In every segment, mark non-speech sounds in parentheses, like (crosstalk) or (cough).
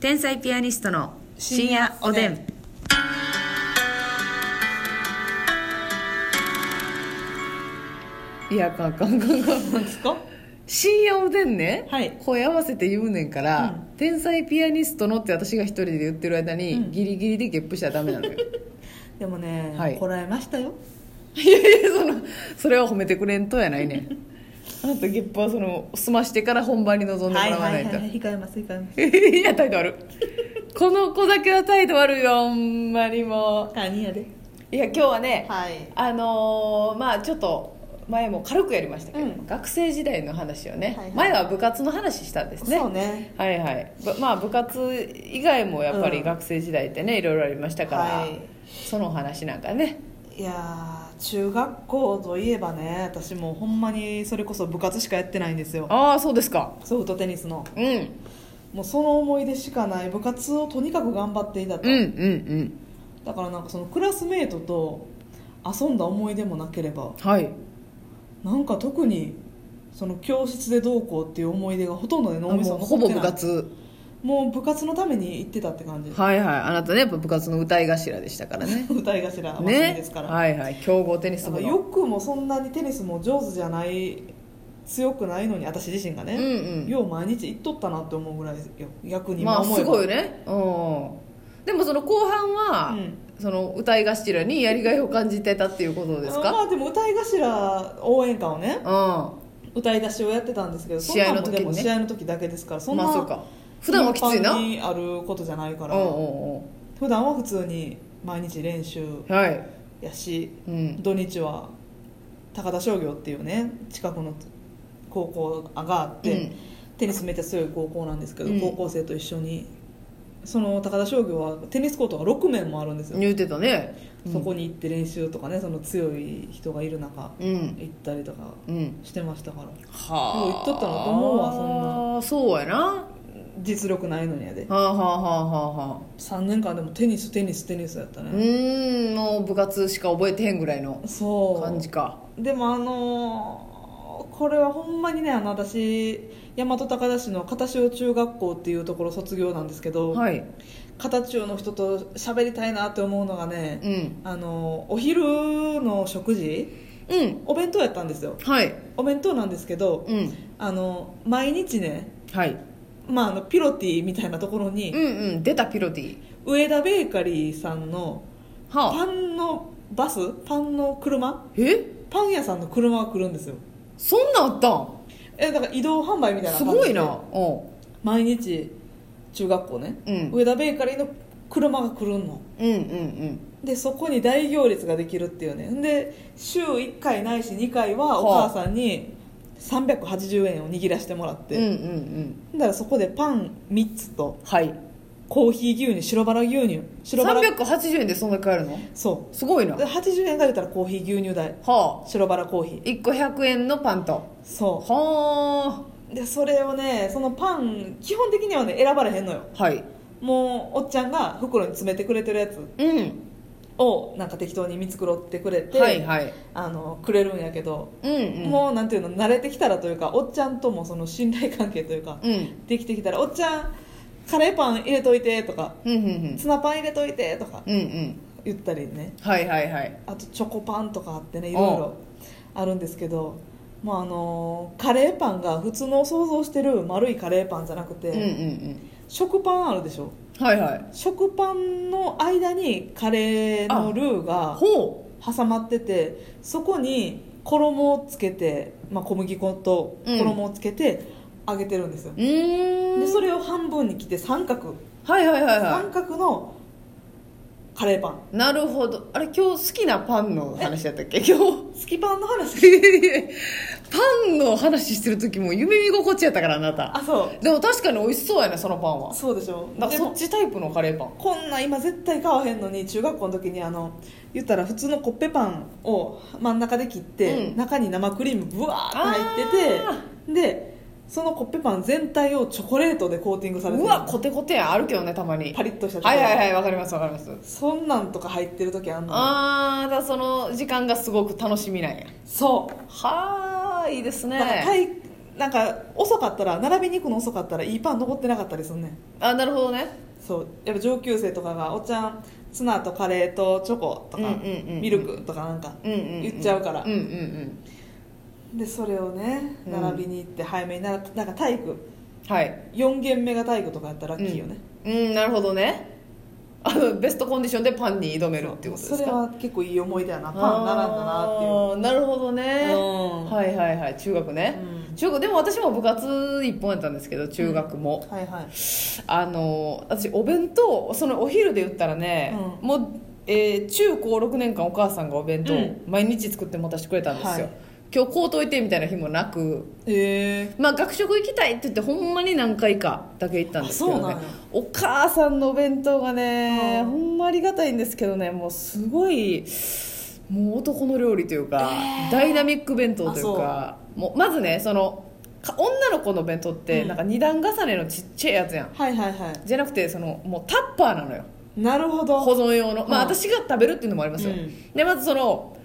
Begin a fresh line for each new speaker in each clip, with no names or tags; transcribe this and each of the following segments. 天才ピアニストの深夜おでん。
いやあかんあかんあかんあかん
何ですか
深夜おでんね、
はい
声合わせて言うねんから、
う
天才ピアニストのって私が一人で言ってる間に、
うん
ギリギリでゲップしちゃダメな
(laughs)
のよ
でもね、
はい
こらえましたよ。
いやいやそのそれは褒めてくれんとやないねんあなたゲップはその済ましてから本番に臨んでも
はい
らわ
は
ないい
は
と、
い、はい、控えます控えま
(laughs) いや態度悪いこの子だけは態度悪いよほんまにも
す。何やで。
ういや今日はね、
はい。
あのーまあちょっと前も軽くやりましたけど、
うん
学生時代の話をね、
はいはい
前は部活の話したんですね
そうね。
はいはいぶまあ部活以外もやっぱ
う
り
ん
学生時代ってね、いろいろありましたから、
はい
そのお話なんかね
いやー中学校といえばね私もうほんまにそれこそ部活しかやってないんですよ
ああそうですか
ソフトテニスの
うんうん
もうその思い出しかない部活をとにかく頑張っていたと、
うんうん
だからなんかそのクラスメートと遊んだ思い出もなければ
はい
なんか特にその教室でどうこうっていう思い出がほとんどね
あ
脳み
も
そうに
ほ
残
ぼ
って
部
ない
活
もう部活のために行ってたって感じ
はいはいあなたねやっぱ部活の歌い頭でしたから
(laughs)
ね
歌い頭は
ね
ですから、
はいはい強豪テニス
なん
部
か
の
よくもそんなにテニスも上手じゃない強くないのに私自身がね、
うん
よう毎日行っとったなって思うぐらいよ逆
うん
に
まあ
思え
す
ば
ごいねうんでもその後半は、
うん
その歌い頭にやりがいを感じてたっていうことです
あま
か
あでも歌い頭応援歌をね
うん
歌い出しをやってたんですけど
試合の時にね
そんなんもでも試合の時だけですからそんな、
まあそうか普段はきついな
頻繁にあることじゃないから、
うんうんうん
普段は普通に毎日練習
はい、
やし
うん、
土日は高田商業っていうね近くの高校があって、
うん
テニスめっちゃ強い高校なんですけど、
うん
高校生と一緒にその高田商業はテニスコートが6面もあるんですよ、
言うてたね
そこに行って練習とかねその強い人がいる中
うん
行ったりとか
うん
してましたから
はあ
よう言っとったなと思うわそ
んなそうやなは
実力ないのにやで
あはあはあはあは
3年間でもテニステニステニスやった
あう
ね、
ーんもう部活しか覚えてへんぐらいの
そう
感じか
でもあのーこれはほんまにねあの私大和高田市の片潮中学校っていうところ卒業なんですけど、
はい
片潮の人と喋りたいなって思うのがね、
うん
あのお昼の食事
うん
お弁当やったんですよ
はい
お弁当なんですけど
うん
あの毎日ね、
はい
まあ、あのピロティみたいなところ
う
に、
んうん出たピロティ
上田ベーカリーさんの
は
パ
あ
ンのバスパンの車
え
パン屋さんの車が来るんですよ
そんなんあったん
えだから移動販売みたいな
す
感じ
ごい
で
なお
毎日中学校ね、
うん
上田ベーカリーの車が来るの
うんうんうん
でそこに大行列ができるっていうねで週1回ないし2回はお
はあ
母さんに380円を握らせてもらっ
うんうんう
て、
ん
だからそこでパン3つと
はい
コーヒー牛乳白バラ牛乳白バラ
380円でそんな買えるの
そ
すごいうな
で80円が出たらコーヒー牛乳代
はあ
白バラコーヒー
1個100円のパンと
そ
は
うでそれをねそのパン基本的にはね選ばれへんのよ
あはい
もうおっちゃんが袋に詰めてくれてるやつ
うん
をなんか適当に見繕ってくれて、
はいはい
あのくれるんやけど、
うんうん
もうなんていうの慣れてきたらというかおっちゃんともその信頼関係というか、
うん
できてきたら「おっちゃんカレーパン入れといて」とか
うんうんうん
「ツナパン入れといて」とか
うんうん
言ったりね
はいはいはい
あとチョコパンとかあってねいろいろあるんですけど。もうあのーカレーパンが普通の想像してる丸いカレーパンじゃなくて、
うんうんうん
食パンあるでしょ
はいはい
食パンの間にカレーのルーが
ほ
挟まっててそこに衣をつけて、まあ、小麦粉と
うん
衣をつけて揚げてるんですよ、
ううーん
でそれを半分に切って三角
はいはいはい
三
は
角のカレーパン
いなるほどあれ今日好きなパンの話やったっけ今日
スきパンの話
(laughs) パンの話してる時も夢見心地やったからあなた
あそう
でも確かに美味しそうやねそのパンは
そうでしょ
だから
で
そっ
も
ちタイプのカレーパン
こんなん今絶対買わへんのに中学校の時にあの言ったら普通のコッペパンを真ん中で切って、
うん
中に生クリームブワーって入っててでそのコッペパン全体をチョコレートでコーティングされて
う
る
わコテコテやんあるけどねたまに
パリッとしたチョ
は
コ
い
レート
はいはいわかりますわかります
そんなんとか入ってる時あんの
ああだからその時間がすごく楽しみなんや
そう
はあいいです
だから
ね
体なんか遅かったら並びに行くの遅かったらいいパン残ってなかったりすんねん
あなるほどね
そうやっぱ上級生とかがおっちゃんツナとカレーとチョコとか、
うんうんうんうん
ミルクとかなんか、
うんうんん、
言っちゃうから
うんうんうん
でそれをね
うん
並びに行って早めにななんか体育
はい
4軒目が体育とかやったらラッキーよね、
うんなるほどねあのベストコンディションでパンに挑めるっていうことですか
それは結構いい思い出やなパン並んだなっていう
あーなるほどね、
うん
はいはいはい中学ね、
うん
中学でも私も部活一本やったんですけど中学も、
はいはい
あの私お弁当そのお昼で言ったらね、
う
もう、えー中高6年間お母さんがお弁当、
うん
毎日作って持たせてくれたんですよ、
はい
今日こうといてみたいな日もなく
ええ
まあ、学食行きたいって言ってほんまに何回かだけ行ったんですけ
あそう
ど、
な
ね
んや、
お母さんのお弁当がね、
うん
ほんまありがたいんですけどねもうすごいもう男の料理というか、
えー
ダイナミック弁当というかもうまずねそのか女の子の弁当って
うん
なんか二段重ねのちっちゃいやつやん
はいはいは
じゃなくてそのもうタッパーなのよ
いなるほど
保存用の、まあ、
うん
私が食べるっていうのもありますよ、
うん
でまずその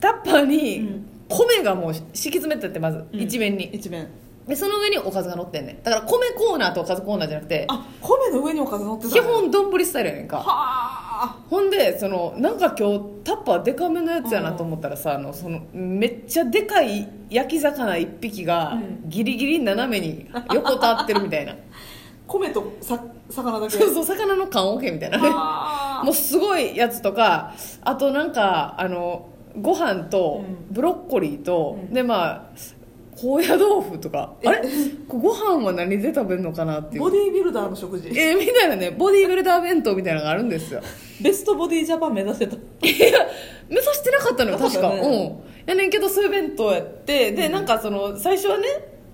タッパー
う
に
ん
米がもう敷き詰めてあってまず、
うん
一面に
一面
でその上におかずが乗ってんねんだから米コーナーとおかずコーナーじゃなくて
あ米の上におかず乗ってたん
基
や
本丼スタイルやねんか
はあ
ほんでそのなんか今日タッパーデカめのやつやなと思ったらさあのそのめっちゃでかい焼き魚1匹が
うん
ギリギリ斜めに横たわってるみ
(laughs)
たいな
米とさ魚だけ
そうそう魚の缶オケみたいなね
はあ
もうすごいやつとかあとなんかあのご飯と
う
ブロッコリーと、
うん
でまあ高野豆腐とか
え
あれ (laughs) こご飯は何で食べるのかなっていう
ボディービルダーの食事
えーみたいなねボディービルダー弁当みたいなのがあるん
(laughs)
ですよ
ベストボディジャパン目指してた
目指してなかったのよ
なかっ
確
た
か、
ね
うんやねんけどそういう弁当やってで、なんかその最初はね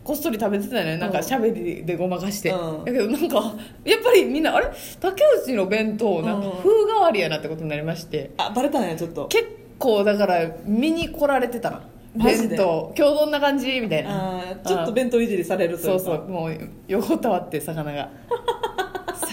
こっそり食べてたのよなんか
うん
しゃべりでごまかして、
うん
だけどなんかやっぱりみんなあれ竹内の弁当なんか
うん
風変わりやなってことになりまして、
あバレたんやちょっと
結構だから見に来られてたな
マジで
弁当今日どんな感じみたいな
あーちょっと弁当いじりされるとい
そうう
か
そうもう横たわって魚
(laughs)
が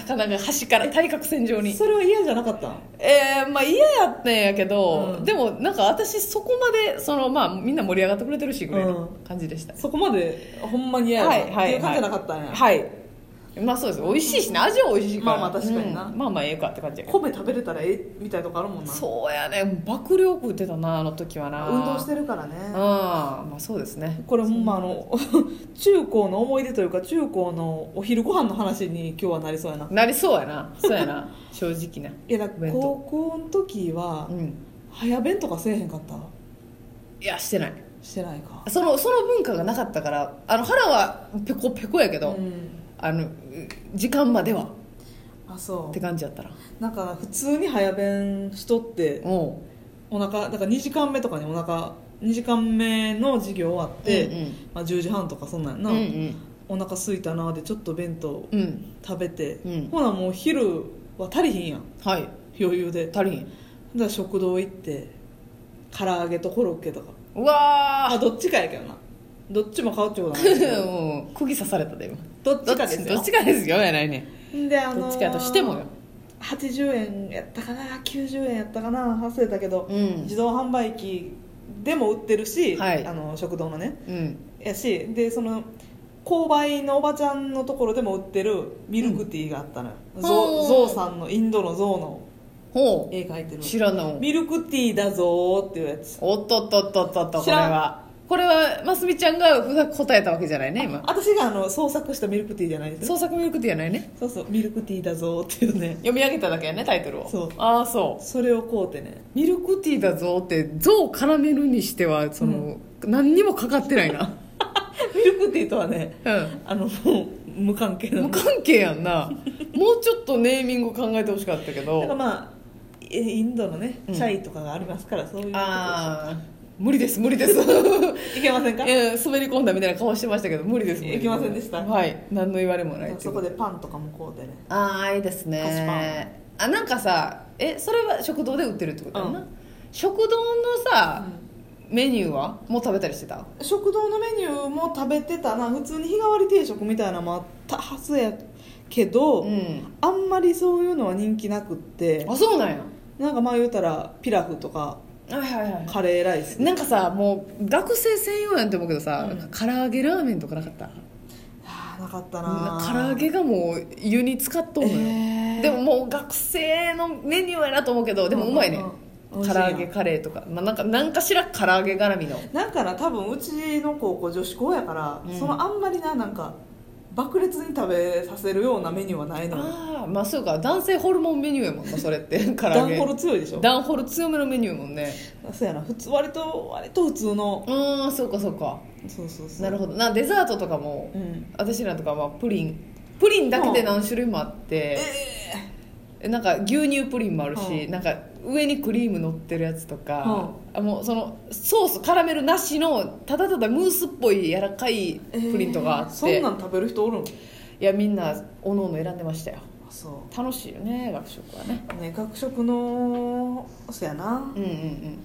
魚が端から対角線上に
それは嫌じゃなかったん
えー、まあ嫌やったんやけど、
うん
でもなんか私そこまでその、まあ、みんな盛り上がってくれてるしぐらいの感じでした、
そこまでほんまに嫌やな
はいはい
っていう感じじゃなかったんや、
はいまあそうです美味しいしね味は美味しいから
まあまあ確かにな
うんまあまあええかって感じやけど
米食べれたらええみたいなとこあるもんな
そうやね爆量食ってたなあの時はな
運動してるからね
うんまあそうですね
これほんまあの (laughs) 中高の思い出というか中高のお昼ご飯の話に今日はなりそうやな
なりそうやなそうや
(laughs)
な正直ない
やだから
弁当
高校の時は
うん
早弁とかせえへんかった
いやしてない
してないか
そのその文化がなかったからあの腹はペコペコやけど、
うん
あの時間までは
あ
っ
そ
て感じやったら
うなんか普通に早弁しとって
おう
お腹だから2時間目とかにお腹2時間目の授業終わって、
うんうん
まあ、10時半とかそんなんやな、
うんうん
お腹空いたなでちょっと弁当
うん
食べて、
うん
ほなもう昼は足りひんやん
はい
余裕でだか
足りん
ら食堂行って唐揚げとコロッケとか
うわ
あ
あ
どっちかやけどなどっちも買うっちゅうことはないけ
(laughs)
ど
うん釘刺されたで今
どっちかです
ど
よ
っちかですよやないね
であのー
どっちかやとしてもよ
80円やったかな90円やったかな忘れたけど、
うん
自動販売機でも売ってるし、
はい
あの食堂のね
うん
やしでその購買のおばちゃんのところでも売ってるミルクティーがあったのよ、
ん
ゾウ
ほう
ゾウさんのインドのゾウの
ほ
絵描いて
う
る
知らんな
ミルクティーだぞーっていうやつ
おっとっとっとっとっと
知
これ
らん
はこれはますみちゃんがふざ答えたわけじゃないね今
私があの創作したミルクティーじゃないですよ
創作ミルクティーやないね
そうそうミルクティーだぞーっていうね
読み上げただけやねタイトルを
そう
ああそう
それを買うてね
ミルクティーだぞって象を絡めるにしてはその、何にもかかってないな
ミルクティーとはね
うん
あのもう無関係
無
なのだ
関係やんなもうちょっとネーミング考えてほしかったけど
からまあえインドのね
う
チ
ん
ャイとかがありますから、そういうこと
ああ無理です無理です (laughs)
ですいけませんか
えー滑り込んだみたいな顔してましたけど無理です無理
いけませんでした
はい何の言われもないってい
そうこでパンとかも買うてね
ああいいですねあなんかさえそれは食堂で売ってるってことやな、
うん
食堂のさ、メニューはもう食べたりしてた
食堂のメニューも食べてたな普通に日替わり定食みたいなのもあったはずやけど、
うん
あんまりそういうのは人気なくって
あそうなんや
なんかまあ言うたらピラフとか
はいはいはい
カレーライス
なんかさもう学生専用やんって思うけどさ、
うん
なんか唐揚げラーメンとかなかった
はあなかったな
唐揚げがもう湯に使っとんのよ、
えー
でももう学生のメニューやなと思うけどでもうまいね、
うんうん
唐揚
美味しい
げ
な
カレーとか、まあ、なんかなんかしら唐揚げ絡みの
なんかな多分うちの高校女子校やから、
うん
そのあんまりななんか爆裂に食べさせるようなメニューはないのよ
ああまあそうか男性ホルモンメニューやもんなそれって
(laughs)
唐
ダ
揚
ン
げ
ホル強いでしょ
ダンホル強めのメニューやもんね
そうやな普通割と割と普通の
うーんそうかそうか
そうそうそう
なる
ほ
ほどなデザートとかも、
うん
私らとかはプリンプリンだけで何種類もあって、えなんか牛乳プリンもあるし、
うん
なんか上にクリーム乗ってるやつとか、あもうそのソースカラメルなしのただただムースっぽい柔らかいプリンとかあ
えー
って、
そんなん食べる人おるの
いやみんなおのおの選んでましたよ
あそ
楽しいよね学食は (laughs) ね
うね学食のそうやな、
うんうんうん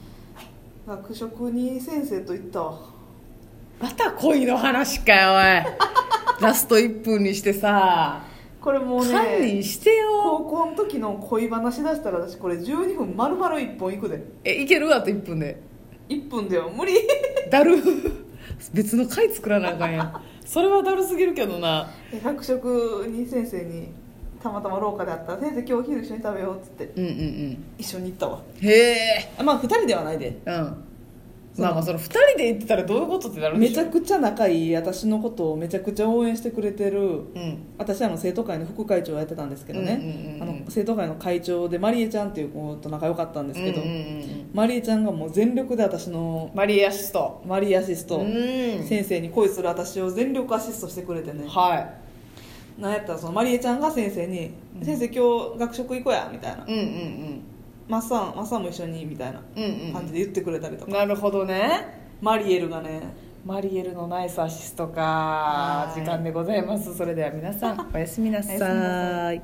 学食に先生と行ったわ
また恋の話かよ (laughs) おいラスト1分にしてさ
これもう
堪忍
ね
してよ
高校の時の恋話出したら私これ12分丸々1本いくで
えいけるあと1分で
1分では無理
だる (laughs) 別の回作らなあかんやん (laughs) それはだるすぎるけどな
で学食に先生にたまたま廊下で会ったら「先生今日お昼一緒に食べよう」っつって
うんうんうん
一緒に行ったわ
へえ
あまあ2人ではないで
うん
そう
まあまあその2人で行ってたらどういうことってなるで
め
し
ち
ょ
ゃくちゃ仲いい私のことをめちゃくちゃ応援してくれてる
うん
私あの生徒会の副会長をやってたんですけどね
うん
あ
うんうんうん
の生徒会の会長でまりえちゃんっていう子と仲良かったんですけど
うんうんうん
まりえちゃんがもう全力で私
う
の
んマリーアシスト
マリーアシスト
うん
先生に恋する私を全力アシストしてくれてね
は
なんやったらそのまりえちゃんが先生に
うん
「先生今日学食行こうや」みたいない
うんうん
「マッサンマッサンも一緒に」みたいな
うんうん
感じで言ってくれたりと
うん
か
なるほどね
マリエルがね
マリエルのナイスアシストか
はい
時間でございますそれでは皆さんおやすみなさ
おやすみない